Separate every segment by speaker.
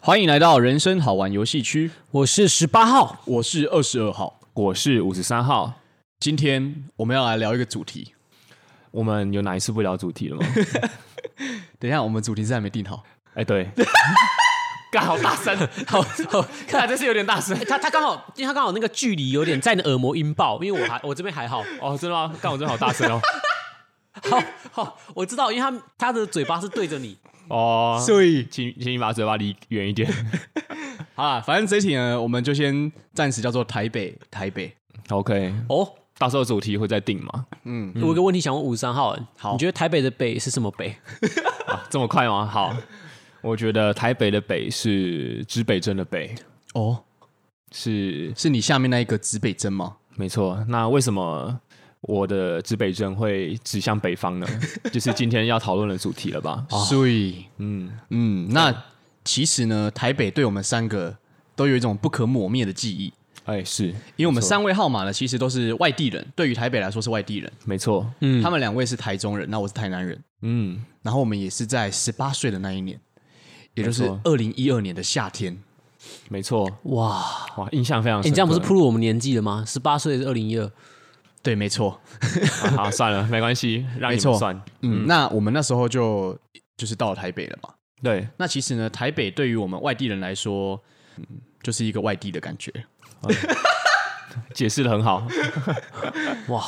Speaker 1: 欢迎来到人生好玩游戏区，
Speaker 2: 我是十八号，
Speaker 1: 我是二十二号。
Speaker 3: 我是五十三号。
Speaker 1: 今天我们要来聊一个主题，
Speaker 3: 我们有哪一次不聊主题 了吗？
Speaker 1: 等一下我们主题是还没定好，
Speaker 3: 哎、 对，干好大声，
Speaker 2: 好， 好
Speaker 3: 看这是有点大声。
Speaker 2: 哎他他刚好，因为他刚好那个距离有点在你耳膜音爆，因为我还我这边 还好，
Speaker 3: 哦，真的吗？干我真的好 大声哦。
Speaker 2: 好好，我知道，因为他他的嘴巴是对着你，
Speaker 3: 哦，
Speaker 1: 所以
Speaker 3: 请请你把嘴巴离远 一点。
Speaker 1: 好啦，啊反正这一题呢，我们就先暂时叫做台北，台北。
Speaker 3: OK，
Speaker 2: 哦。
Speaker 3: 到时候主题会再定嘛？
Speaker 2: 我有个问题想问五十三号，
Speaker 3: 嗯
Speaker 2: 哎
Speaker 1: 好
Speaker 2: 你觉得台北的北是什么北？
Speaker 3: 啊，这么快吗？好，我觉得台北的北是指北针的北，
Speaker 1: 哦，
Speaker 3: 是
Speaker 1: 是你下面那一个指北针吗？
Speaker 3: 没错。那为什么我的指北针会指向北 方呢？就是今天要讨论的主题了吧？
Speaker 1: 所以，
Speaker 3: 嗯，
Speaker 1: 啊嗯，那其实呢，台北对我们三个都有一种不可磨灭的记忆，
Speaker 3: 哎、是
Speaker 1: 因为我们三位号码呢，其实都是外地人，对于台北来说是外地人，
Speaker 3: 没错。
Speaker 2: 嗯
Speaker 1: 他们两位是台中人，那我是台南人，
Speaker 3: 嗯，
Speaker 1: 然后我们也是在十八岁的那一年，也就是
Speaker 3: 没错
Speaker 1: 二零一二年的夏天，
Speaker 3: 没错。
Speaker 2: 哇，
Speaker 3: 哇，印象非常深
Speaker 2: 哎
Speaker 3: 刻。
Speaker 2: 你这样不是暴露我们年纪了吗？十八岁是二零一二，
Speaker 1: 对，没错，
Speaker 3: 啊 好，算了，没关系，让
Speaker 1: 没
Speaker 3: 你
Speaker 1: 错
Speaker 3: 们算。
Speaker 1: 嗯，那我们那时候就就是到了台北了嘛，
Speaker 3: 对，
Speaker 1: 那其实呢，台北对于我们外地人来说，嗯，就是一个外地的感觉。
Speaker 3: 解释的很好，
Speaker 2: 哇，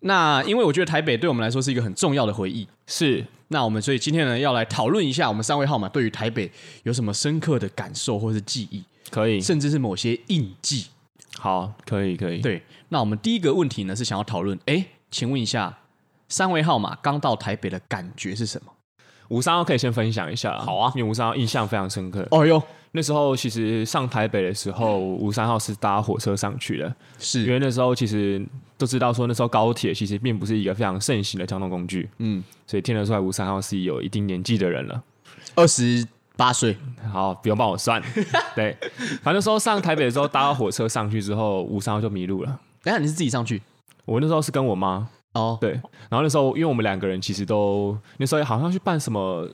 Speaker 1: 那因为我觉得台北对我们来说是一个很重要的回忆。
Speaker 3: 是
Speaker 1: 那我们所以今天呢，要来讨论一下我们三位号码对于台北有什么深刻的感受或是记忆，
Speaker 3: 可以，
Speaker 1: 甚至是某些印记。
Speaker 3: 好，可以，可以。，
Speaker 1: 对，那我们第一个问题呢是想要讨论，哎，请问一下，三位号码刚到台北的感觉是什么？
Speaker 3: 吴三号可以先分享一下，好啊，因为吴三号印象非常深刻。
Speaker 1: 哦哟，
Speaker 3: 那时候其实上台北的时 候，吴三号是搭火车上去的，因
Speaker 1: 是
Speaker 3: 为那时候其实都知道说，那时候高铁其实并不是一个非常盛行的交通工具，
Speaker 1: 嗯
Speaker 3: 嗯，所以听得出来吴三号是有一定年纪的人了。
Speaker 1: 二十八岁，
Speaker 3: 好，不用帮我 算，对，反正那时候上台北的时候搭火车上去之后，吴三号就迷路了。
Speaker 1: 等一下你是自己上去
Speaker 3: 我那时候是跟我妈，
Speaker 1: 哦，
Speaker 3: 对，然后那时候因为我们两个人其实都那时候好像去办什么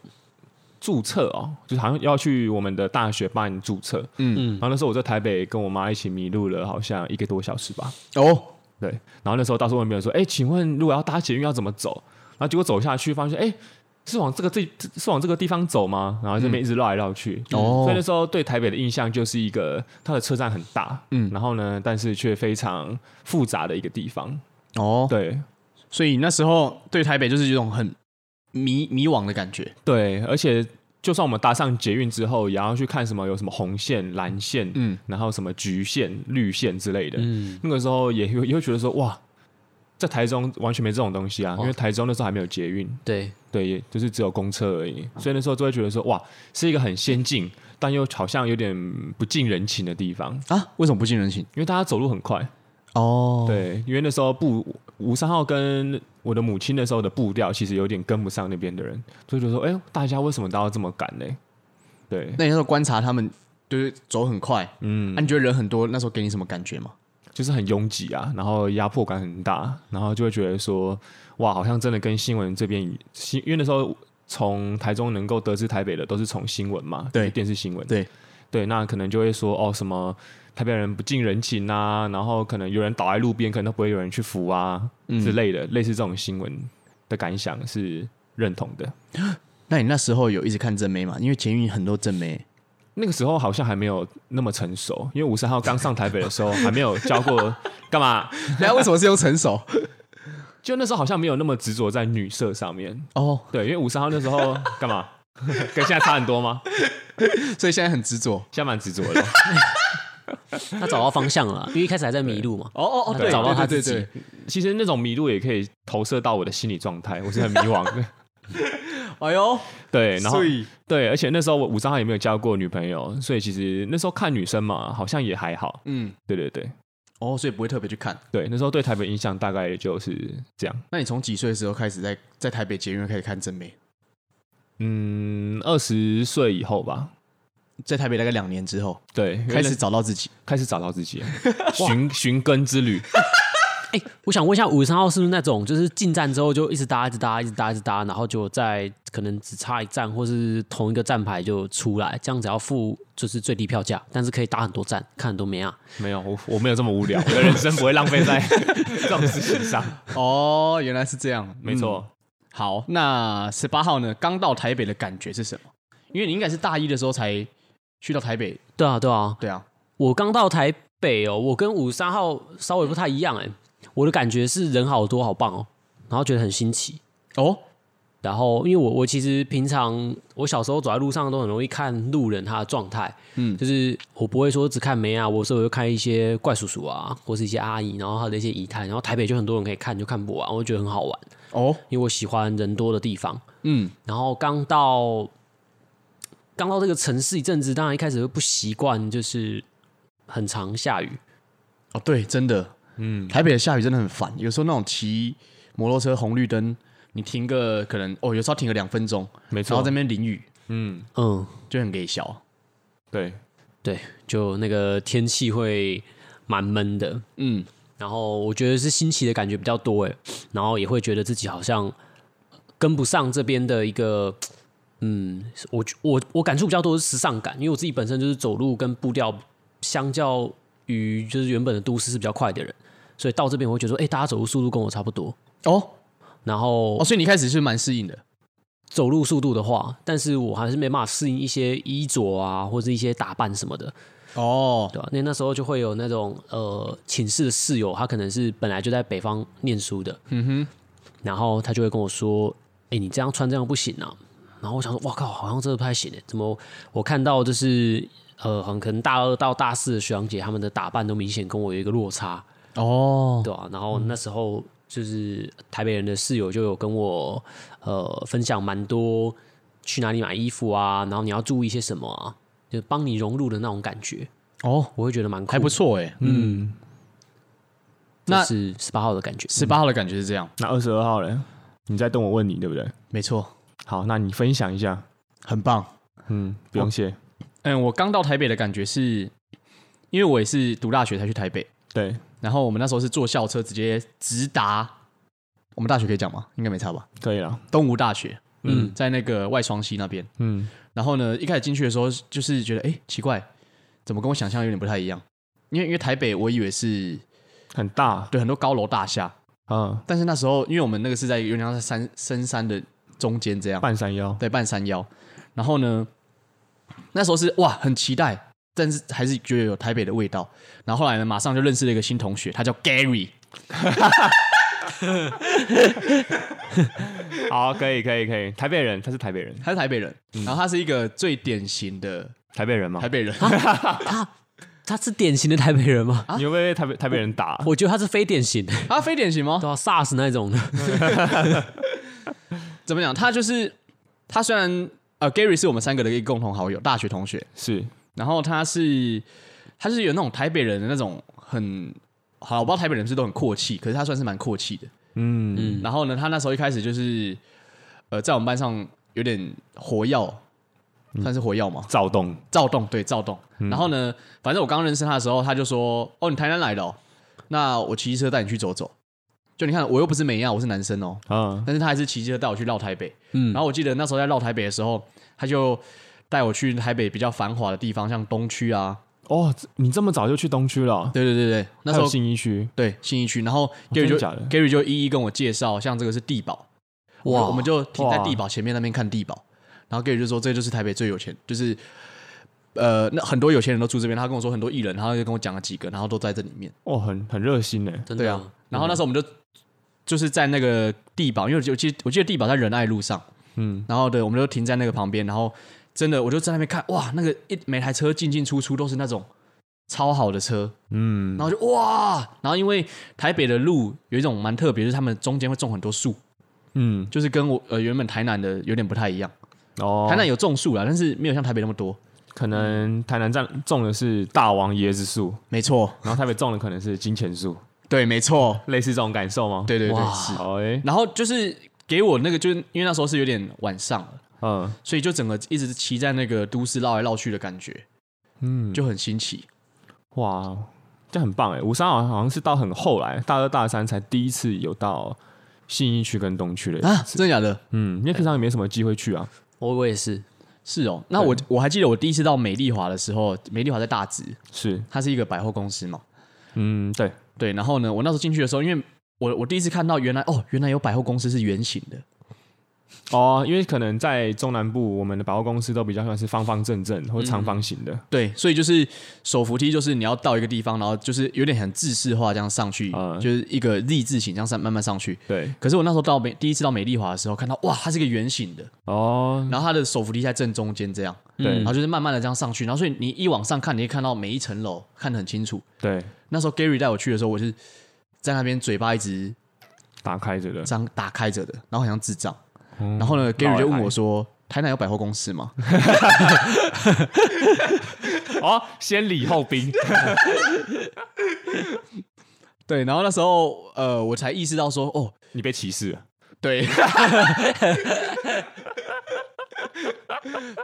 Speaker 3: 注册哦，就是好像要去我们的大学办注册，嗯，然后那时候我在台北跟我妈一起迷路了，好像一个多小时吧，
Speaker 1: 哦，
Speaker 3: 对，然后那时候到时候问别人说，哎，请问如果要搭捷运要怎么走？然后结果走下去发现，哎。是往这个地是往这个地方走吗？然后这边一直绕来绕去，
Speaker 1: 哦
Speaker 3: 所以那时候对台北的印象就是一个它的车站很大，嗯，然后呢，但是却非常复杂的一个地方，
Speaker 1: 哦，
Speaker 3: 对，
Speaker 1: 所以那时候对台北就是一种很迷迷惘的感觉。
Speaker 3: 对，而且就算我们搭上捷运之后，也要去看什么有什么红线、蓝线，
Speaker 1: 嗯
Speaker 3: 嗯，然后什么橘线、绿线之类的。
Speaker 2: 嗯，
Speaker 3: 那个时候也会也会觉得说，哇，在台中完全没这种东西啊，
Speaker 2: 哦
Speaker 3: 因为台中那时候还没有捷运，
Speaker 2: 对，
Speaker 3: 对，也就是只有公车而已，所以那时候就会觉得说，哇，是一个很先进，但又好像有点不近人情的地方，
Speaker 1: 啊？为什么不近人情？
Speaker 3: 因为大家走路很快。
Speaker 1: 哦，
Speaker 3: 对，因为那时候步吴三号跟我的母亲那时候的步调其实有点跟不上那边的人，所以就说，哎、大家为什么都要这么赶呢？对，
Speaker 1: 那你那时候观察他们，就是走很快，嗯，
Speaker 3: 嗯
Speaker 1: 啊，你觉得人很多，那时候给你什么感觉吗？
Speaker 3: 就是很拥挤啊，然后压迫感很大，然后就会觉得说，哇，好像真的跟新闻这边新，因为那时候从台中能够得知台北的都是从新闻嘛，
Speaker 1: 对
Speaker 3: 就是电视新闻，
Speaker 1: 对
Speaker 3: 对，那可能就会说，哦，什么台北人不近人情啊，然后可能有人倒在路边，可能都不会有人去扶啊、
Speaker 1: 嗯
Speaker 3: 之类的，类似这种新闻的感想是认同的。
Speaker 1: 那你那时候有一直看正妹吗？因为捷运很多正 妹，
Speaker 3: 那个时候好像还没有那么成熟，因为五十号刚上台北的时候还没有教过 干嘛，
Speaker 1: 那啊为什么是用成熟？
Speaker 3: 就那时候好像没有那么执着在女色上面。
Speaker 1: 哦，
Speaker 3: 对，因为五十号那 时候干嘛， 跟现在差很多吗？
Speaker 1: 所以现在很执着。
Speaker 3: 现在蛮执着的。
Speaker 2: 他找到方向了啦，因为一开始还在迷路嘛。
Speaker 1: 哦哦哦，
Speaker 2: 对啊找到他
Speaker 1: 对
Speaker 2: 自己
Speaker 1: 对对
Speaker 3: 其实那种迷路也可以投射到我的心理状态，我是很迷惘 的。
Speaker 1: 对哎呦，
Speaker 3: 对，然后
Speaker 1: 所以
Speaker 3: 对，而且那时候我五三号也没有交过女朋友，所以其实那时候看女生嘛，好像也还好。
Speaker 1: 嗯，
Speaker 3: 对对对
Speaker 1: 哦，所以不会特别去看。
Speaker 3: 对，那时候对台北印象大概也就是这样。
Speaker 1: 那你从几岁的时候开始在在台北捷运开始看正妹？
Speaker 3: 嗯，二十岁以后吧，
Speaker 1: 在台北大概两年之后，
Speaker 3: 对，因为
Speaker 1: 开始
Speaker 3: 那
Speaker 1: 找到自己。
Speaker 3: 开始找到自己了，寻寻根之旅。
Speaker 2: 哎，我想问一下，五十三号是不是那种就是进站之后就一直搭、一直搭、一直搭、一直搭，然后就在可能只差一站或是同一个站牌就出来，这样只要付就是最低票价，但是可以搭很多站，看很多美啊。
Speaker 3: 没有，我我没有这么无 聊，我的人生不会浪费在 这种事情上。
Speaker 1: 哦，原来是这样，嗯
Speaker 3: 没错，
Speaker 1: 好，那十八号呢？刚到台北的感觉是什么？因为你应该是大一的时候才去到台北，
Speaker 2: 对啊，对啊，
Speaker 1: 对啊，
Speaker 2: 我刚到台北哦，我跟五十三号稍微不太一样哎、我的感觉是人好多，好棒哦，然后觉得很新奇，
Speaker 1: 哦，
Speaker 2: 然后，因为我我其实平常我小时候走在路上都很容易看路人他的状态，嗯，就是我不会说只看梅啊，我有时候会看一些怪叔叔啊，或是一些阿姨，然后他的一些仪态，然后台北就很多人可以看，就看不完，我觉得很好玩，
Speaker 1: 哦，
Speaker 2: 因为我喜欢人多的地方。
Speaker 1: 嗯，
Speaker 2: 然后刚到刚到这个城市一阵子，当然一开始会不习惯，就是很常下雨，
Speaker 1: 哦，对，真的，嗯，台北的下雨真的很烦，有时候那种骑摩托车红绿灯，你停个可能哦，有时候停个两分钟，
Speaker 3: 没
Speaker 1: 然后
Speaker 3: 错
Speaker 1: 在，那边淋雨，
Speaker 3: 嗯，
Speaker 2: 嗯，
Speaker 1: 就很给小，
Speaker 3: 对，
Speaker 2: 对，就那个天气会蛮闷的，
Speaker 1: 嗯，
Speaker 2: 然后我觉得是新奇的感觉比较多哎，然后也会觉得自己好像跟不上这边的一个，嗯，我我我感触比较多是时尚感，因为我自己本身就是走路跟步调相较于就是原本的都市是比较快的人，所以到这边我会觉得说，哎，大家走路速度跟我差不多，
Speaker 1: 哦，
Speaker 2: 然后
Speaker 1: 哦，所以你一开始是蛮适应的，
Speaker 2: 走路速度的话，但是我还是没办法适应一些衣着啊，或是一些打扮什么的，
Speaker 1: 哦，
Speaker 2: 对吧、啊那那时候就会有那种呃，寝室的室友，他可能是本来就在北方念书的，嗯哼，然后他就会跟我说：“哎、你这样穿这样不行啊。”然后我想说：“哇靠，好像真的不太行欸诶，怎么我看到就是呃，很可能大二到大四的学长姐他们的打扮都明显跟我有一个落差，
Speaker 1: 哦，
Speaker 2: 对吧、啊然后那时候就是台北人的室友就有跟我呃分享蛮多去哪里买衣服啊，然后你要注意些什么啊，就帮你融入的那种感觉。
Speaker 1: 哦，
Speaker 2: 我会觉得蛮酷的
Speaker 1: 还不错哎，
Speaker 3: 嗯，
Speaker 1: 那
Speaker 2: 那是十八号的感觉。
Speaker 1: 十八号的感觉是这样，
Speaker 3: 那二十二号嘞？你在等我问你对不对？
Speaker 1: 没错，
Speaker 3: 好，那你分享一下，
Speaker 1: 很棒。
Speaker 3: 嗯，不用谢，
Speaker 1: 嗯，我刚到台北的感觉是，因为我也是读大学才去台北，
Speaker 3: 对，
Speaker 1: 然后我们那时候是坐校车直接直达，我们大学可以讲吗？应该没差吧？
Speaker 3: 可以了，
Speaker 1: 东吴大学，嗯，在那个外双溪那边。
Speaker 3: 嗯，
Speaker 1: 然后呢，一开始进去的时候，就是觉得哎、诶奇怪，怎么跟我想象有点不太一样？因为因为台北，我以为是
Speaker 3: 很大，
Speaker 1: 对很多高楼大厦，
Speaker 3: 嗯，
Speaker 1: 但是那时候因为我们那个是在有点像在山深山的中间这样，
Speaker 3: 半山腰，
Speaker 1: 对半山腰。然后呢，那时候是哇很期待，但是还是觉得有台北的味道。然后后来呢，马上就认识了一个新同学，他叫 Gary。
Speaker 3: 好，可以，可以，可以，台北人，他是台北人，
Speaker 1: 他是台北人，然后他是一个最典型的
Speaker 3: 台北人吗
Speaker 1: 台？北人，
Speaker 2: 他是典型的台北人
Speaker 1: 啊
Speaker 2: 吗？
Speaker 3: 你会不会被台北台北人打？
Speaker 2: 我觉得他是非典型的，
Speaker 1: 他非典型吗？
Speaker 2: 对啊，SARS 那种的。
Speaker 1: 怎么讲？他就是他虽然呃，Gary 是我们三个的一个共同好友，大学同学，
Speaker 3: 是，
Speaker 1: 然后他是他是有那种台北人的那种很好，我不知道台北人是不是都很阔气，可是他算是蛮阔气的。
Speaker 3: 嗯，
Speaker 2: 嗯
Speaker 1: 然后呢，他那时候一开始就是呃，在我们班上有点火药，算是火药嘛，
Speaker 3: 躁动，
Speaker 1: 躁动，对，躁动。然后呢，反正我刚认识他的时候，他就说：“哦，你台南来的、哦，那我骑车带你去走走。”就你看，我又不是美亚，我是男生哦，
Speaker 3: 嗯，
Speaker 1: 但是他还是骑车带我去绕台北。
Speaker 2: 嗯
Speaker 1: 然后我记得那时候在绕台北的时候，他就带我去台北比较繁华的地方，像东区啊，
Speaker 3: 哦，这你这么早就去东区了哦？
Speaker 1: 对对对对，那时
Speaker 3: 还有
Speaker 1: 候哦
Speaker 3: 信义区，
Speaker 1: 对信义区，然后
Speaker 3: 真
Speaker 1: Gary
Speaker 3: 的
Speaker 1: 就
Speaker 3: 假的
Speaker 1: Gary 就一一跟我介绍，像这个是地堡，哇，我们就停在
Speaker 3: 哇
Speaker 1: 地堡前面那边看地堡，然后 Gary 就说这就是台北最有钱，就是呃，那很多有钱人都住这边，他跟我说很多艺人，然后就跟我讲了几个，然后都在这里面，
Speaker 3: 哦，很很热心呢。
Speaker 2: 真
Speaker 1: 对
Speaker 2: 的
Speaker 1: 啊，然后那时候我们就就是在那个地堡，因为我记我记我记得地堡在仁爱路上，
Speaker 3: 嗯，
Speaker 1: 然后对，我们就停在那个旁边，然后真的我就在那边看，哇，那个一每台车进进出出都是那种超好的车，
Speaker 3: 嗯，
Speaker 1: 然后就哇，然后因为台北的路有一种蛮特别，就是他们中间会种很多树，
Speaker 3: 嗯，
Speaker 1: 就是跟我呃原本台南的有点不太一样。
Speaker 3: 哦，
Speaker 1: 台南有种树啦，但是没有像台北那么多。
Speaker 3: 可能台南站种的是大王椰子树，
Speaker 1: 没错，
Speaker 3: 然后台北种的可能是金 钱树，
Speaker 1: 对，没错，
Speaker 3: 类似这种感受吗？，
Speaker 1: 对对对
Speaker 2: 哇
Speaker 1: 是。
Speaker 3: 好诶，
Speaker 1: 然后就是给我那个，就是因为那时候是有点晚上了，
Speaker 3: 嗯
Speaker 1: 所以就整个一直骑在那个都市绕来绕去的感觉，
Speaker 3: 嗯，
Speaker 1: 就很新奇。
Speaker 3: 哇，这样很棒哎。五三好像好像是到很后来，大二大三才第一次有到信义区跟东区的。
Speaker 1: 啊，真的假的？
Speaker 3: 嗯，因为平常也没什么机会去啊。
Speaker 2: 我我也是，
Speaker 1: 是哦，那我我还记得我第一次到美丽华的时候，美丽华在大直，
Speaker 3: 是，
Speaker 1: 它是一个百货公司嘛。
Speaker 3: 嗯，对，
Speaker 1: 对，然后呢，我那时候进去的时候，因为我我第一次看到原来哦，原来有百货公司是圆形的，
Speaker 3: 哦，因为可能在中南部，我们的百货公司都比较像是方方正正或长方形的。
Speaker 1: 对，所以就是手扶梯，就是你要到一个地方，然后就是有点很制式化这样上去，
Speaker 3: 嗯
Speaker 1: 就是一个 Z 字形这样上慢慢上去。
Speaker 3: 对，
Speaker 1: 可是我那时候到美第一次到美丽华的时候，看到哇，它是一个圆形的，
Speaker 3: 哦，
Speaker 1: 然后它的手扶梯在正中间这样，
Speaker 3: 对
Speaker 1: 然后就是慢慢的这样上去，然后所以你一往上看，你会看到每一层楼看得很清楚。
Speaker 3: 对，
Speaker 1: 那时候 Gary 带我去的时候，我是在那边嘴巴一直
Speaker 3: 打开这个，
Speaker 1: 张打开着的，然后好像智障。然后呢，Gary 就问我说：“台南有百货公司吗嗯
Speaker 3: 哦，先礼后兵。？”
Speaker 1: 对，然后那时候呃，我才意识到说，哦，
Speaker 3: 你被歧视了。
Speaker 1: 对，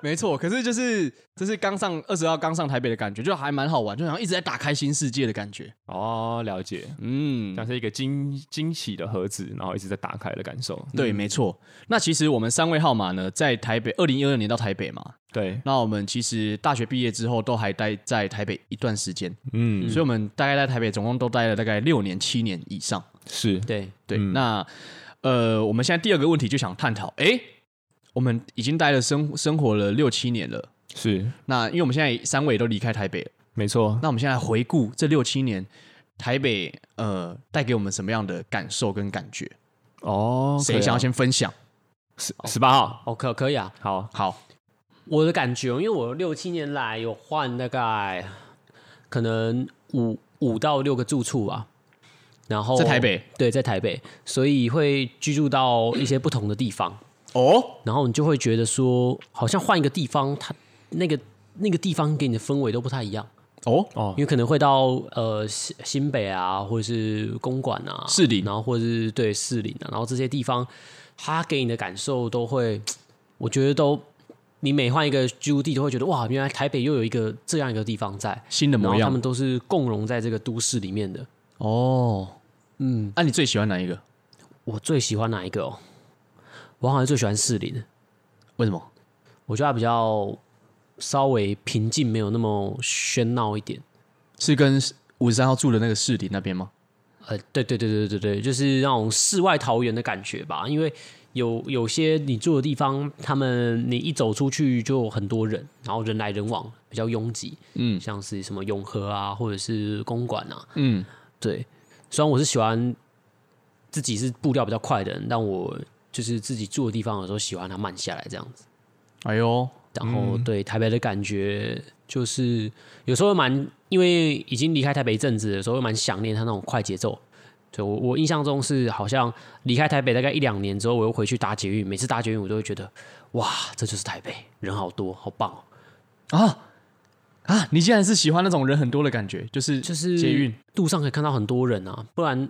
Speaker 1: 没错。可是就是这是刚上二十号刚上台北的感觉，就还蛮好玩，就好像一直在打开新世界的感觉。
Speaker 3: 哦，了解，
Speaker 1: 嗯，
Speaker 3: 像是一个惊惊喜的盒子，然后一直在打开的感受。
Speaker 1: 对，没错。那其实我们三位号码呢，在台北二零一二年到台北嘛，
Speaker 3: 对，
Speaker 1: 那我们其实大学毕业之后都还待在台北一段时间，
Speaker 3: 嗯，
Speaker 1: 所以我们大概在台北总共都待了大概六年、七年以上。
Speaker 3: 是
Speaker 2: 对，
Speaker 1: 对，
Speaker 3: 嗯
Speaker 1: 那呃，我们现在第二个问题就想探讨，诶，我们已经待了生生活了六七年了，
Speaker 3: 是，
Speaker 1: 那因为我们现在三位也都离开台北了，
Speaker 3: 没错。
Speaker 1: 那我们现在回顾这六七年。台北呃，带给我们什么样的感受跟感觉？
Speaker 3: 哦，
Speaker 1: 谁想要先分享？
Speaker 3: 十十八号？
Speaker 2: 哦可可以啊，
Speaker 3: 好，
Speaker 1: 好，
Speaker 2: 我的感觉，因为我六七年来有换大概可能五五到六个住处吧，然后
Speaker 1: 在台北，
Speaker 2: 对，在台北，所以会居住到一些不同的地方，
Speaker 1: 哦，
Speaker 2: 然后你就会觉得说，好像换一个地方，它那个那个地方给你的氛围都不太一样，
Speaker 1: 哦，
Speaker 3: 哦
Speaker 2: 因，为可能会到呃新新北啊，或者是公馆啊，
Speaker 1: 士林
Speaker 2: 然后或者是对士林啊，然后这些地方，它给你的感受都会，我觉得都，你每换一个居住地，都会觉得哇，原来台北又有一个这样一个地方在，
Speaker 1: 新的
Speaker 2: 然
Speaker 1: 模
Speaker 2: 后他
Speaker 1: 样
Speaker 2: 们都是共融在这个都市里面的。
Speaker 1: 哦，嗯，那、你最喜欢哪一个？
Speaker 2: 我最喜欢哪一个哦？我好像最喜欢士林，
Speaker 1: 为什么？
Speaker 2: 我觉得它比较稍微平静，没有那么喧闹一点。
Speaker 1: 是跟五十三号住的那个市里那边吗？
Speaker 2: 呃，对对对对对对，就是那种世外桃源的感觉吧。因为有有些你住的地方，他们你一走出去就有很多人，然后人来人往，比较拥挤。嗯，像是什么永和啊，或者是公馆啊。
Speaker 1: 嗯，
Speaker 2: 对。虽然我是喜欢自己是步调比较快的人，但我就是自己住的地方，有时候喜欢它慢下来这样子。
Speaker 1: 哎呦，
Speaker 2: 然后对台北的感觉，就是有时候蛮，因为已经离开台北一阵子，有时候会蛮想念它那种快节奏。对我我印象中是好像离开台北大概一两年之后，我又回去搭捷运，每次搭捷运我都会觉得，哇，这就是台北，人好多，好棒哦。
Speaker 1: 啊啊！你竟然是喜欢那种人很多的感觉，就是
Speaker 2: 就是
Speaker 1: 捷运
Speaker 2: 路上可以看到很多人啊，不然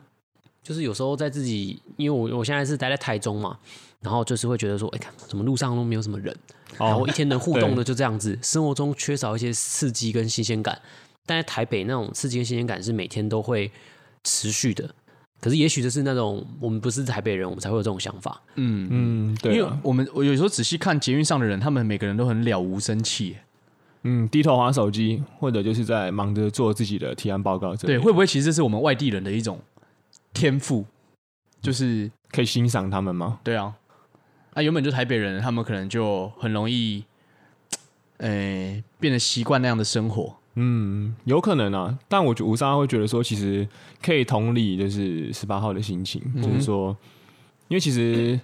Speaker 2: 就是有时候在自己，因为我我现在是待在台中嘛，然后就是会觉得说，哎、看怎么路上都没有什么人，
Speaker 1: 哦
Speaker 2: 然后一天能互 动的就这样子，生活中缺少一些刺激跟新鲜感。但在台北那种刺激跟新鲜感是每天都会持续的，可是也许就是那种我们不是台北人，我们才会有这种想法。
Speaker 3: 嗯，对
Speaker 1: 因
Speaker 3: 啊
Speaker 1: 为，我们我有时候仔细看捷运上的人，他们每个人都很了无生气，
Speaker 3: 嗯，低头划手机，或者就是在忙着做自己的提案报告之类
Speaker 1: 对，
Speaker 3: 的，
Speaker 1: 会不会其实这是我们外地人的一种天赋？就是
Speaker 3: 可以欣赏他们吗？
Speaker 1: 对啊，啊，原本就台北人，他们可能就很容易，呃，变得习惯那样的生活。
Speaker 3: 嗯，有可能啊，但我觉得吴莎会觉得说，其实可以同理，就是十八号的心情，就是说，因为其实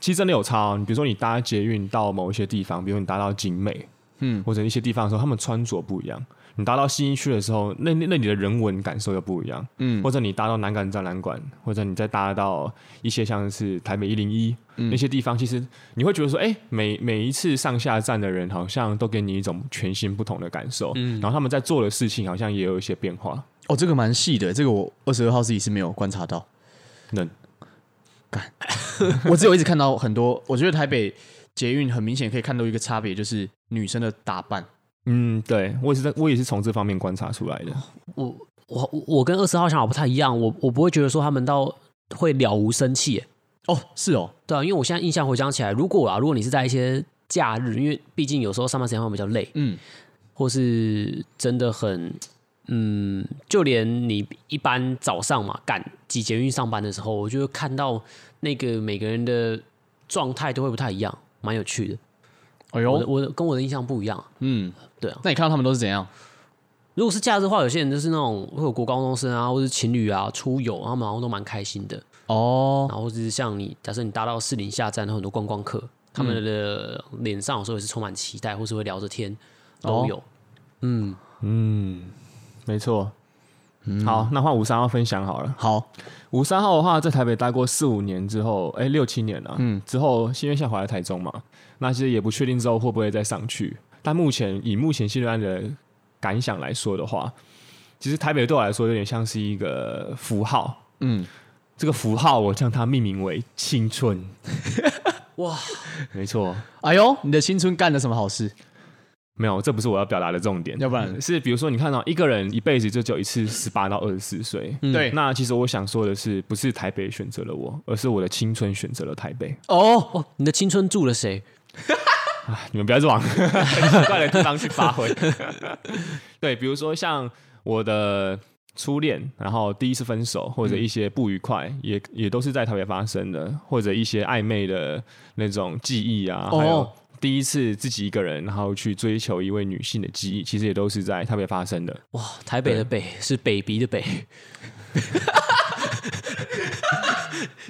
Speaker 3: 其实真的有差、哦。你比如说，你搭捷运到某一些地方，比如你搭到景美，嗯，或者一些地方的时候，他们穿着不一样。你搭到新一区的时候，那那那里的人文感受又不一样，嗯，或者你搭到南港展览馆，或者你再搭到一些像是台北一零一那些地方，其实你会觉得说，哎、每每一次上下站的人好像都给你一种全新不同的感受，嗯，然后他们在做的事情好像也有一些变化，
Speaker 1: 哦，这个蛮细的，这个我二十二号自己是没有观察到。
Speaker 3: 能，
Speaker 1: 我只有一直看到很多，我觉得台北捷运很明显可以看到一个差别，就是女生的打扮。
Speaker 3: 嗯，对我也是在我也是从这方面观察出来的，
Speaker 2: 我我我我跟二十号想法不太一样，我我不会觉得说他们到会了无生气耶，
Speaker 1: 哦，是哦，
Speaker 2: 对啊，因为我现在印象回想起来，如果啊，如果你是在一些假日，因为毕竟有时候上班时间会比较累，
Speaker 1: 嗯，
Speaker 2: 或是真的很，嗯，就连你一般早上嘛赶挤捷运上班的时候，我就会看到那个每个人的状态都会不太一样，蛮有趣的。
Speaker 1: 哎
Speaker 2: 我的
Speaker 1: 呦，
Speaker 2: 我的跟我的印象不一样。
Speaker 1: 嗯，
Speaker 2: 对啊
Speaker 1: 那你看到他们都是怎样？
Speaker 2: 如果是假日的话，有些人就是那种会有国高中生啊，或是情侣啊出游，他们好像都蛮开心的。
Speaker 1: 哦，
Speaker 2: 然后就是像你，假设你搭到士林下站，有很多观光客，他们的脸上有时候也是充满期待，或是会聊着天，都有。
Speaker 3: 没错。好，那换五三号分享好了。
Speaker 1: 好，
Speaker 3: 五三号的话，在台北待过四五年之后，哎、六七年了、嗯，之后因为现在回来台中嘛，那其实也不确定之后会不会再上去。但目前以目前现在的感想来说的话，其实台北对我来说有点像是一个符号。
Speaker 1: 嗯，
Speaker 3: 这个符号我将它命名为青春。
Speaker 2: 哇，
Speaker 3: 没错，
Speaker 1: 哎呦，你的青春干了什么好事？
Speaker 3: 没有，这不是我要表达的重点。
Speaker 1: 要不然
Speaker 3: 是比如说，你看到、一个人一辈子就只有一次十八到二十四岁，
Speaker 1: 嗯对
Speaker 3: 那其实我想说的是，不是台北选择了我，而是我的青春选择了台北。
Speaker 1: 哦，
Speaker 2: 哦，你的青春住了谁？
Speaker 3: 你们不要再往奇怪的地方去发 挥。对，比如说像我的初恋，然后第一次分手，或者一些不愉快，也也都是在台北发生的，或者一些暧昧的那种记忆啊，还有
Speaker 1: 哦
Speaker 3: 第一次自己一个人，然后去追求一位女性的记忆，其实也都是在台北发生的。
Speaker 2: 哇，台北的北是北鼻的北，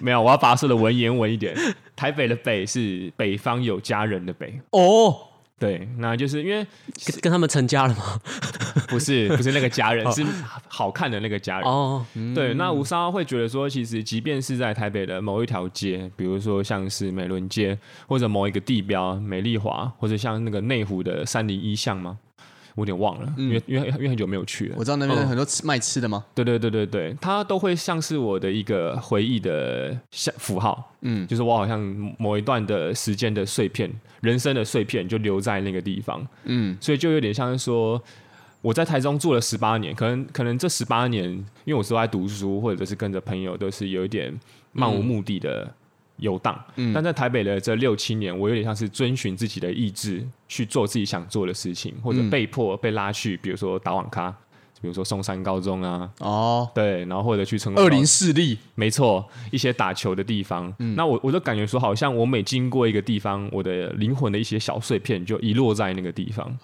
Speaker 3: 没有，我要把它说的文言文一 点。台北的北是北方有家人的北，
Speaker 1: 哦，
Speaker 3: 对，那就是因为
Speaker 2: 跟跟他们成家了吗？
Speaker 3: 不是不是那个家人，是好看的那个家人。
Speaker 2: 哦，
Speaker 3: 对，那吴莎会觉得说，其实即便是在台北的某一条街，比如说像是美伦街，或者某一个地标美丽华，或者像那个内湖的三零一巷吗？我有点忘了，因为因为因为很久没有去了
Speaker 1: 我。知道那边很多吃卖吃的吗？
Speaker 3: 对对对对对，它都会像是我的一个回忆的像符号，嗯，就是我好像某一段的时间的碎片，人生的碎片就留在那个地方，嗯，所以就有点像是说。我在台中住了十八年，可能可能这十八年，因为我是都在读书，或者是跟着朋友，都是有一点漫无目的的游荡。但在台北的这六七年，我有点像是遵循自己的意志去做自己想做的事情，或者被迫被拉去，比如说打网咖，比如说松山高中啊，
Speaker 1: 哦，
Speaker 3: 对，然后或者去成功
Speaker 1: 二
Speaker 3: 高
Speaker 1: 零势力，
Speaker 3: 没错，一些打球的地方。那我我就感觉说，好像我每经过一个地方，我的灵魂的一些小碎片就遗落在那个地方。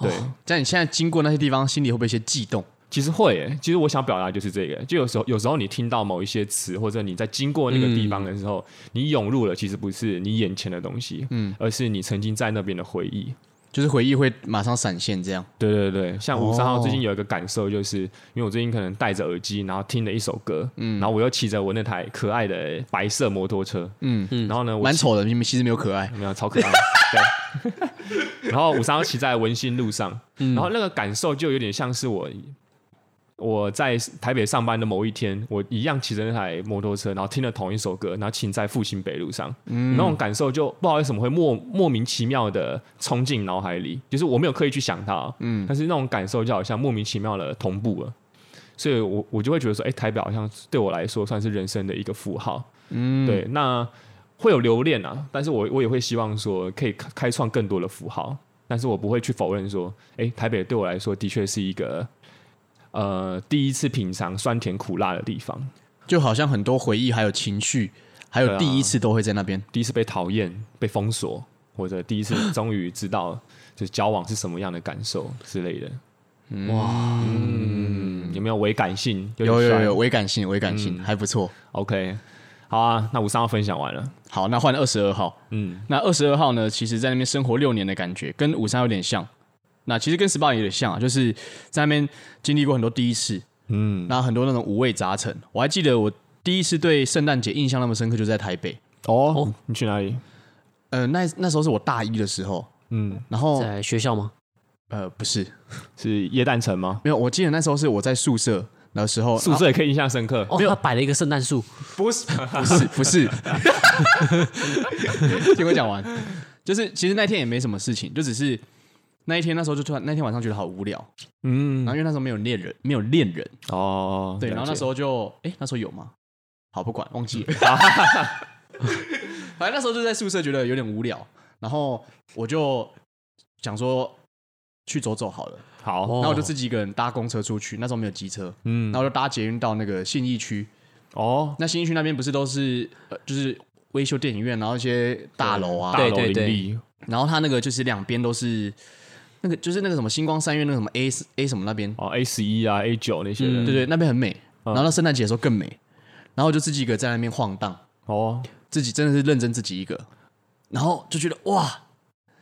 Speaker 3: 对，
Speaker 1: 但你现在经过那些地方，心里会不会有些悸动？
Speaker 3: 其实会耶，其实我想表达就是这个，就有时候有时候你听到某一些词，或者你在经过那个地方的时候，你涌入了，其实不是你眼前的东西，嗯，而是你曾经在那边的回忆。
Speaker 1: 就是回忆会马上闪现，这样。
Speaker 3: 对对对，像五三号
Speaker 1: 哦
Speaker 3: 最近有一个感受，就是、因为我最近可能戴着耳机，然后听了一首歌，嗯，然后我又骑着我那台可爱的白色摩托车，嗯嗯，然后呢，我
Speaker 1: 蛮
Speaker 3: 骑
Speaker 1: 丑的，你们其实没有可爱。
Speaker 3: 没有超 可爱，对。 然后五三号骑在文心路上，然后那个感受就有点像是我我在台北上班的某一天，我一样骑着那台摩托车，然后听了同一首歌，然后骑在复兴北路上，那种感受就不知道为什么会莫莫名其妙的冲进脑海里，就是我没有刻意去想它，嗯，但是那种感受就好像莫名其妙的同步了。所以我我就会觉得说，哎、台北好像对我来说算是人生的一个符号，嗯，对，那会有留恋啊，但是我我也会希望说可以开开创更多的符号，但是我不会去否认说，哎、台北对我来说的确是一个呃第一次品尝酸甜苦辣的地方，
Speaker 1: 就好像很多回忆，还有情绪，还
Speaker 3: 对
Speaker 1: 有
Speaker 3: 啊
Speaker 1: 第一次都会在那边。
Speaker 3: 第一次被讨厌、被封锁，或者第一次终于知道 就是交往是什么样的感受之类的。
Speaker 2: 哇，
Speaker 3: 嗯，有没有伪感性？
Speaker 1: 有
Speaker 3: 点
Speaker 1: 有
Speaker 3: 帅
Speaker 1: 有，微感性，微感性、还不错。
Speaker 3: ，OK，好啊，那五三号分享完了，
Speaker 1: 好，那换二十二号。
Speaker 3: 嗯，
Speaker 1: 那二十二号呢，其实在那边生活六年的感觉，跟五三有点像。那其实跟十八有点像啊，就是在那边经历过很多第一次，嗯，那很多那种五味杂陈。我还记得我第一次对圣诞节印象那么深刻，就在台北。
Speaker 3: 哦，你去哪里？
Speaker 1: 呃，那那时候是我大一的时候，
Speaker 3: 嗯，
Speaker 1: 然后
Speaker 2: 哦在学校吗？
Speaker 1: 呃不是，
Speaker 3: 是耶诞城吗？
Speaker 1: 没有，我记得那时候是我在宿舍的时候，
Speaker 3: 宿舍也可以印象深刻，
Speaker 2: 哦，他摆了一个圣诞树，
Speaker 3: 不是？
Speaker 1: 啊不是不是， 听我讲完，就是其实那天也没什么事情，就只是那一天那时候就突然那天晚上觉得好无聊，
Speaker 3: 嗯
Speaker 1: 然后因为那时候没有恋人，没有恋人，
Speaker 3: 哦，
Speaker 1: 对，然后那时
Speaker 3: 候
Speaker 1: 候就哎、那时候有吗？好，不管忘记 了， 反正那时候就在宿舍觉得有点无聊，然后我就想说去走走好了，
Speaker 3: 好，
Speaker 1: 然
Speaker 2: 哦
Speaker 1: 后我就自己一个人搭公车出去，那时候没有机车，
Speaker 3: 嗯
Speaker 1: 然，后就搭捷运到那个信义区，
Speaker 3: 哦，
Speaker 1: 那新义区那边不是都是呃，就是维修电影院，然后一些大楼啊，
Speaker 3: 大楼
Speaker 2: 对
Speaker 3: 林
Speaker 2: 对
Speaker 3: 立，
Speaker 1: 然后它那个就是两边都是那个就是那个什么星光三院那个什么 A A 什么那边，
Speaker 3: 哦，A 十一啊，A 九那些
Speaker 1: 嗯对对，
Speaker 3: 人，
Speaker 1: 那边很美。然后到圣诞节的时候更美，然后我就自己一个在那边晃荡，
Speaker 3: 哦，
Speaker 1: 自己真的是认真自己一个，然后就觉得哇，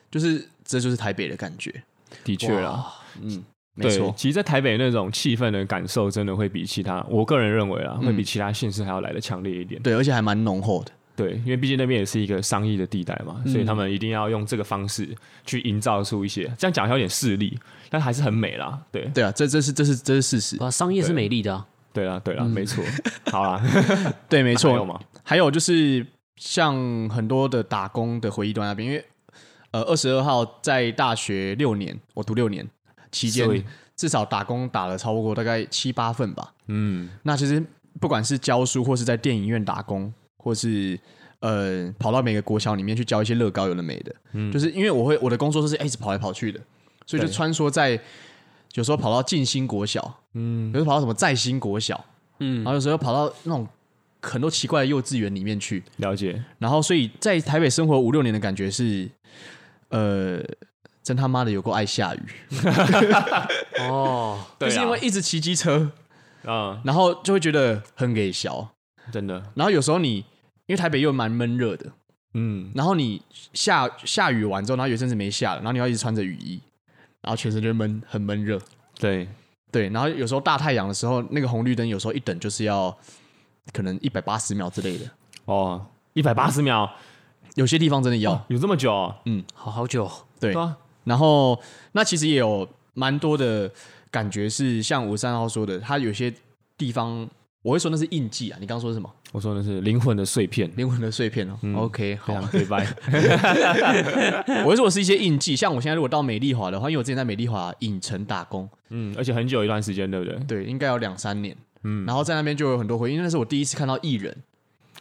Speaker 1: 就是这就是台北的感觉，
Speaker 3: 的确啊，
Speaker 1: 没
Speaker 3: 对
Speaker 1: 错，
Speaker 3: 其实，在台北那种气氛的感受，真的会比其他，我个人认为啊，
Speaker 1: 嗯
Speaker 3: 会比其他县市还要来的强烈一点。
Speaker 1: 对，而且还蛮浓厚的，
Speaker 3: 对，因为毕竟那边也是一个商业的地带
Speaker 1: 嗯
Speaker 3: 嘛，所以他们一定要用这个方式去营造出一些，这样讲有点势利，但还是很美啦。对，
Speaker 1: 对啊，这这是这是这是事实，
Speaker 2: 啊，商业是美丽的啊，
Speaker 3: 对啦，对啦，没 错。好啦，
Speaker 1: 对，嗯没
Speaker 3: 还有
Speaker 1: 错，
Speaker 3: 吗？
Speaker 1: 还有就是像很多的打工的回忆端那边，因为呃二十二号在大学六年，我读六年期间
Speaker 3: 所以，
Speaker 1: 至少打工打了超过大概七八份吧。
Speaker 3: 嗯，
Speaker 1: 那其实不管是教书，或是在电影院打工，或是呃跑到每个国小里面去教一些乐高有的没的，就是因为我会我的工作就是一直跑来跑去的，所以就
Speaker 3: 对
Speaker 1: 穿梭在有时候跑到静心国小，嗯，有时候跑到什么在新国小，嗯，然后有时候跑到那种很多奇怪的幼稚园里面去，
Speaker 3: 了解。
Speaker 1: 然后，所以在台北生活五六年的感觉是，呃，真他妈的有够爱下雨，
Speaker 2: 哦，
Speaker 1: 就是因为一直骑机车，
Speaker 3: 啊，
Speaker 1: 然后就会觉得很给小。
Speaker 3: 真的，
Speaker 1: 然后有时候你因为台北又蛮闷热的，
Speaker 3: 嗯，
Speaker 1: 然后你下下雨完之后，然后有一阵子没下了，然后你要一直穿着雨衣，然后全身就会闷，很闷热。
Speaker 3: 对，
Speaker 1: 对，然后有时候大太阳的时候，那个红绿灯有时候一等就是要可能一百八十秒之类的，
Speaker 3: 哦，一百八十秒，
Speaker 1: 有些地方真的要。
Speaker 3: 有这么久哦？
Speaker 2: 好好久，
Speaker 1: 对
Speaker 3: 对啊，
Speaker 1: 然后那其实也有蛮多的感觉是像五三号说的，他有些地方我会说那是印记啊。你刚说是什么？
Speaker 3: 我说的是灵魂的碎片。
Speaker 1: 灵魂的碎片哦。OK，好
Speaker 3: 好，，对 拜。
Speaker 1: 我会说我是一些印记。像我现在如果到美丽华的话，因为我之前在美丽华影城打工，
Speaker 3: 嗯，而且很久一段时间，对不对？
Speaker 1: 对，应该有两三年。嗯，然后在那边就有很多回忆，因为那是我第一次看到艺人，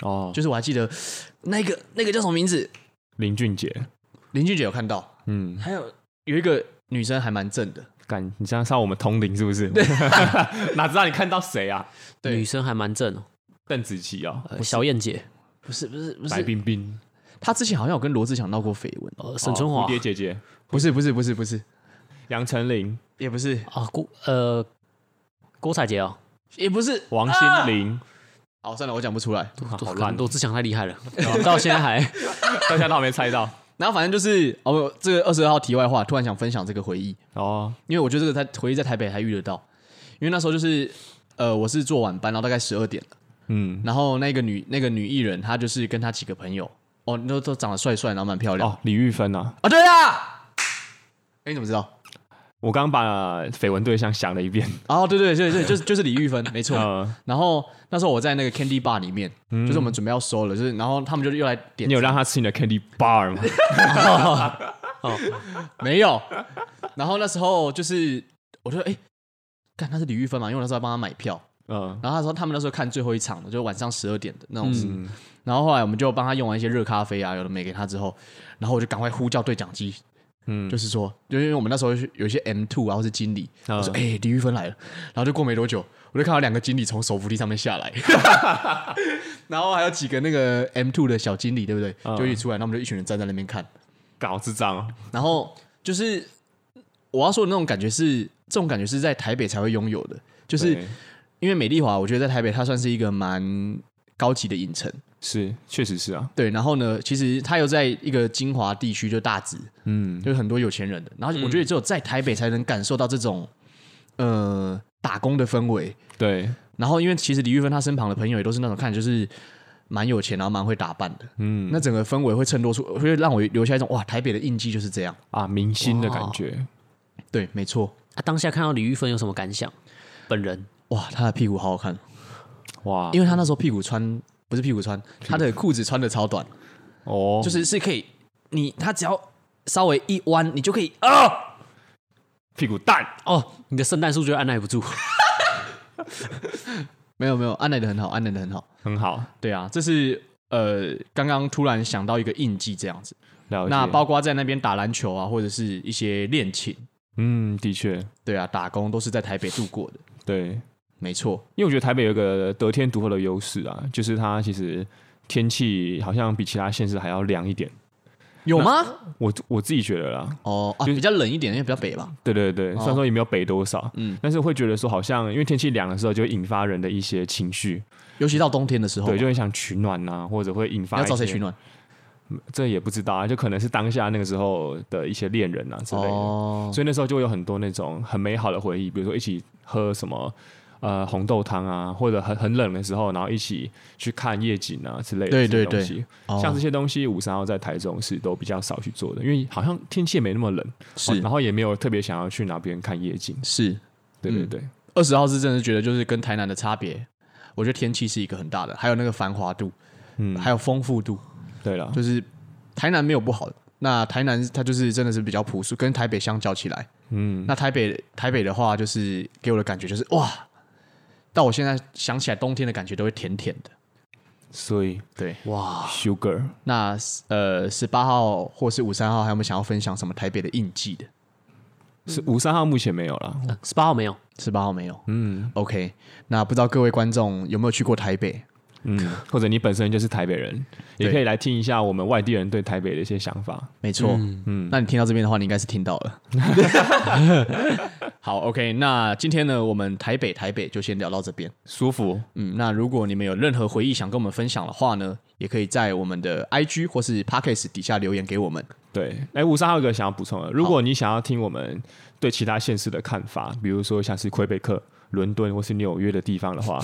Speaker 3: 哦，
Speaker 1: 就是我还记得那个那个叫什么名字，
Speaker 3: 林俊杰，
Speaker 1: 林俊杰有看到，
Speaker 3: 嗯，
Speaker 1: 还有有一个女生还蛮正的，
Speaker 3: 干，你这样杀我们通灵是不是？ 哪知道你看到谁啊？
Speaker 1: 对
Speaker 2: 女生还蛮正哦，
Speaker 3: 邓紫棋哦，
Speaker 2: 呃小燕姐，
Speaker 1: 不是不是不
Speaker 3: 白
Speaker 1: 是，
Speaker 3: 冰冰，
Speaker 1: 她之前好像有跟罗志祥闹过绯闻，
Speaker 2: 呃，沈春
Speaker 3: 哦
Speaker 2: 华
Speaker 3: 蝴蝶姐姐，
Speaker 1: 不是不是不是不是，
Speaker 3: 杨丞琳，
Speaker 1: 也不是
Speaker 2: 啊，郭呃郭采洁哦，
Speaker 1: 也不是
Speaker 3: 王心凌，
Speaker 1: 好，算了，我讲不出来。
Speaker 3: 啊好
Speaker 2: 可能
Speaker 3: 烂，
Speaker 2: 罗志祥太厉害了，到现在还
Speaker 3: 大家都还没猜 到。
Speaker 1: 然后反正就是哦，这个二十二号题外话，突然想分享这个回忆，
Speaker 3: 哦，
Speaker 1: 因为我觉得这个在回忆在台北还遇得到，因为那时候就是呃，我是做晚班，然后大概十二点了，
Speaker 3: 嗯，
Speaker 1: 然后那个女那个女艺人她就是跟她几个朋友，哦，都都长得帅帅，然后蛮漂亮、
Speaker 3: 哦，李玉芬啊，
Speaker 1: 啊，对啊，哎，你怎么知道？
Speaker 3: 我刚把绯闻对象想了一遍。
Speaker 1: 哦，对对对对，就是就是李玉芬，没错。
Speaker 3: 呃，
Speaker 1: 然后那时候我在那个 Candy Bar 里面，就是我们准备要收了，就是然后他们就又来点
Speaker 3: 嗯你有让他吃你的 candy bar 吗？
Speaker 1: 没有。然后那时候就是，我就哎，看、他是李玉芬嘛，因为我那时候帮他买票。
Speaker 3: 嗯，
Speaker 1: 然后他说他们那时候看最后一场的，就晚上十二点的那种事。
Speaker 3: 嗯
Speaker 1: 然后后来我们就帮他用完一些热咖啡啊，有的没给他之后，然后我就赶快呼叫对讲机，
Speaker 3: 嗯
Speaker 1: 就是说，就因为我们那时候有一些 M two 啊，或是经理，
Speaker 3: 嗯
Speaker 1: 我说哎、李玉芬来了，然后就过没多久，我就看到两个经理从手扶梯上面下 来，然后还有几个那个 M two 的小经理，对不对？
Speaker 3: 啊
Speaker 1: 就一起出来，然后我们就一群人站在那边看，
Speaker 3: 搞智障哦。
Speaker 1: 然后就是我要说的那种感觉是，这种感觉是在台北才会拥有的，就是
Speaker 3: 对
Speaker 1: 因为美丽华，我觉得在台北它算是一个蛮高级的影城。
Speaker 3: 是，确实是啊。
Speaker 1: 对，然后呢，其实它又在一个精华地区，就大直，
Speaker 3: 嗯，
Speaker 1: 就是很多有钱人的。然后我觉得只有在台北才能感受到这种呃打工的氛围。
Speaker 3: 对，
Speaker 1: 然后因为其实李玉芬她身旁的朋友也都是那种看起来就是蛮有钱，然后蛮会打扮的。嗯，那整个氛围会衬托出，会让我留下一种哇，台北的印记就是这样。
Speaker 3: 啊，明星的感觉。
Speaker 1: 对，没错。
Speaker 2: 啊当下看到李玉芬有什么感想？本人
Speaker 1: 哇，她的屁股好好看，哦
Speaker 3: 哇，
Speaker 1: 因为她那时候屁股穿不是屁股穿，她的裤子穿的超短。
Speaker 3: 哦，
Speaker 1: 就是是可以，你他只要稍微一弯，你就可以啊，
Speaker 3: 屁股蛋。
Speaker 2: 哦，你的圣诞树就会按耐不住。
Speaker 1: 没有没有，安奈的很好，安奈的很好。
Speaker 3: 很好，
Speaker 1: 对啊，这是呃，刚刚突然想到一个印记这样子。
Speaker 3: 了解。
Speaker 1: 那包括在那边打篮球啊，或者是一些练琴，
Speaker 3: 嗯，的确，
Speaker 1: 对啊，打工都是在台北度过的，
Speaker 3: 对，
Speaker 1: 没错。
Speaker 3: 因为我觉得台北有一个得天独厚的优势啊，就是它其实天气好像比其他县市还要凉一点。
Speaker 1: 有吗？
Speaker 3: 我我自己觉得啦，
Speaker 1: 哦啊，
Speaker 3: 就
Speaker 1: 比较冷一点，因为比较北吧。
Speaker 3: 对对对，虽然说也没有北多少，哦嗯，但是会觉得说好像因为天气凉的时候，就会引发人的一些情绪，
Speaker 1: 尤其到冬天的时候，
Speaker 3: 对，
Speaker 1: 你
Speaker 3: 就会想取暖呐、或者会引发
Speaker 1: 要找谁
Speaker 3: 一些
Speaker 1: 取？暖？
Speaker 3: 这也不知道啊，就可能是当下那个时候的一些恋人啊之类的。
Speaker 1: 哦，
Speaker 3: 所以那时候就有很多那种很美好的回忆，比如说一起喝什么呃红豆汤啊，或者很很冷的时候，然后一起去看夜景啊之类的
Speaker 1: 对
Speaker 3: 这
Speaker 1: 对
Speaker 3: 些
Speaker 1: 对
Speaker 3: 东西。
Speaker 1: 哦
Speaker 3: 像这些东西，五三号在台中是都比较少去做的，因为好像天气也没那么冷，
Speaker 1: 是
Speaker 3: 哦然后也没有特别想要去哪边看夜景。
Speaker 1: 是
Speaker 3: 对
Speaker 1: 嗯
Speaker 3: 对对，
Speaker 1: 二十号是真的觉得就是跟台南的差别，我觉得天气是一个很大的，还有那个繁华度，
Speaker 3: 嗯，
Speaker 1: 还有丰富度，
Speaker 3: 对了，
Speaker 1: 就是台南没有不好的。那台南它就是真的是比较朴素，跟台北相较起来，
Speaker 3: 嗯，
Speaker 1: 那台北台北的话，就是给我的感觉就是哇，到我现在想起来冬天的感觉都会甜甜的。
Speaker 3: 所以
Speaker 1: 对，
Speaker 3: 啊
Speaker 2: 哇，
Speaker 3: Sugar
Speaker 1: 那呃十八号或是五三号，还有没有想要分享什么台北的印记的？
Speaker 3: 是五三号目前没有了，
Speaker 2: 十八号呃没有，
Speaker 1: 十八号没有。
Speaker 3: 嗯
Speaker 1: OK，那不知道各位观众有没有去过台北？
Speaker 3: 嗯，或者你本身就是台北人，也
Speaker 1: 对
Speaker 3: 可以来听一下我们外地人对台北的一些想法。
Speaker 1: 没错，嗯，那你听到这边的话，你应该是听到了。 好，OK，那今天呢，我们台北台北就先聊到这边。
Speaker 3: 舒服，
Speaker 1: 嗯，那如果你们有任何回忆想跟我们分享的话呢，也可以在我们的 IG 或是 Pockets 底下留言给我们。
Speaker 3: 对，哎，五三还有一个想要补充的，如果你想要听我们对其他县市的看法，比如说像是魁北克、伦敦或是纽约的地 方的话，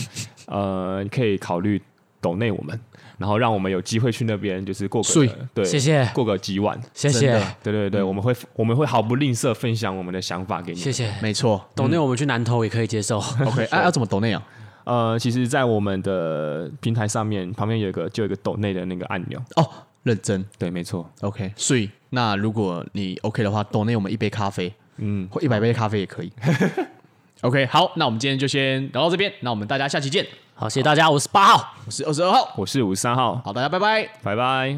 Speaker 3: 呃，你可以考虑抖内我们，然后让我们有机会去那边，就是过
Speaker 1: 睡
Speaker 3: 个对，
Speaker 2: 谢谢
Speaker 3: 过个几晚。
Speaker 2: 谢
Speaker 1: 真
Speaker 2: 谢
Speaker 1: 的
Speaker 3: 对对对，我们会我们会毫不吝啬分享我们的想法给你。
Speaker 2: 谢谢。
Speaker 1: 没错，
Speaker 2: 董内我们去南投也可以接 受，
Speaker 1: OK，哎、啊，要怎么抖内啊？
Speaker 3: 呃，其实，在我们的平台上面，旁边有一个就有一个抖内的那个按钮。
Speaker 1: 哦，认真
Speaker 3: 对，没错。
Speaker 1: OK，所以那如果你 OK 的话，抖内我们一杯咖啡，嗯，或一百杯咖啡也可以。OK，好，那我们今天就先聊到这边，那我们大家下期见。
Speaker 2: 好，谢谢大家，我是八号。
Speaker 1: 我是二十二号，
Speaker 3: 我是五十三号，
Speaker 1: 好，大家拜拜。
Speaker 3: 拜拜。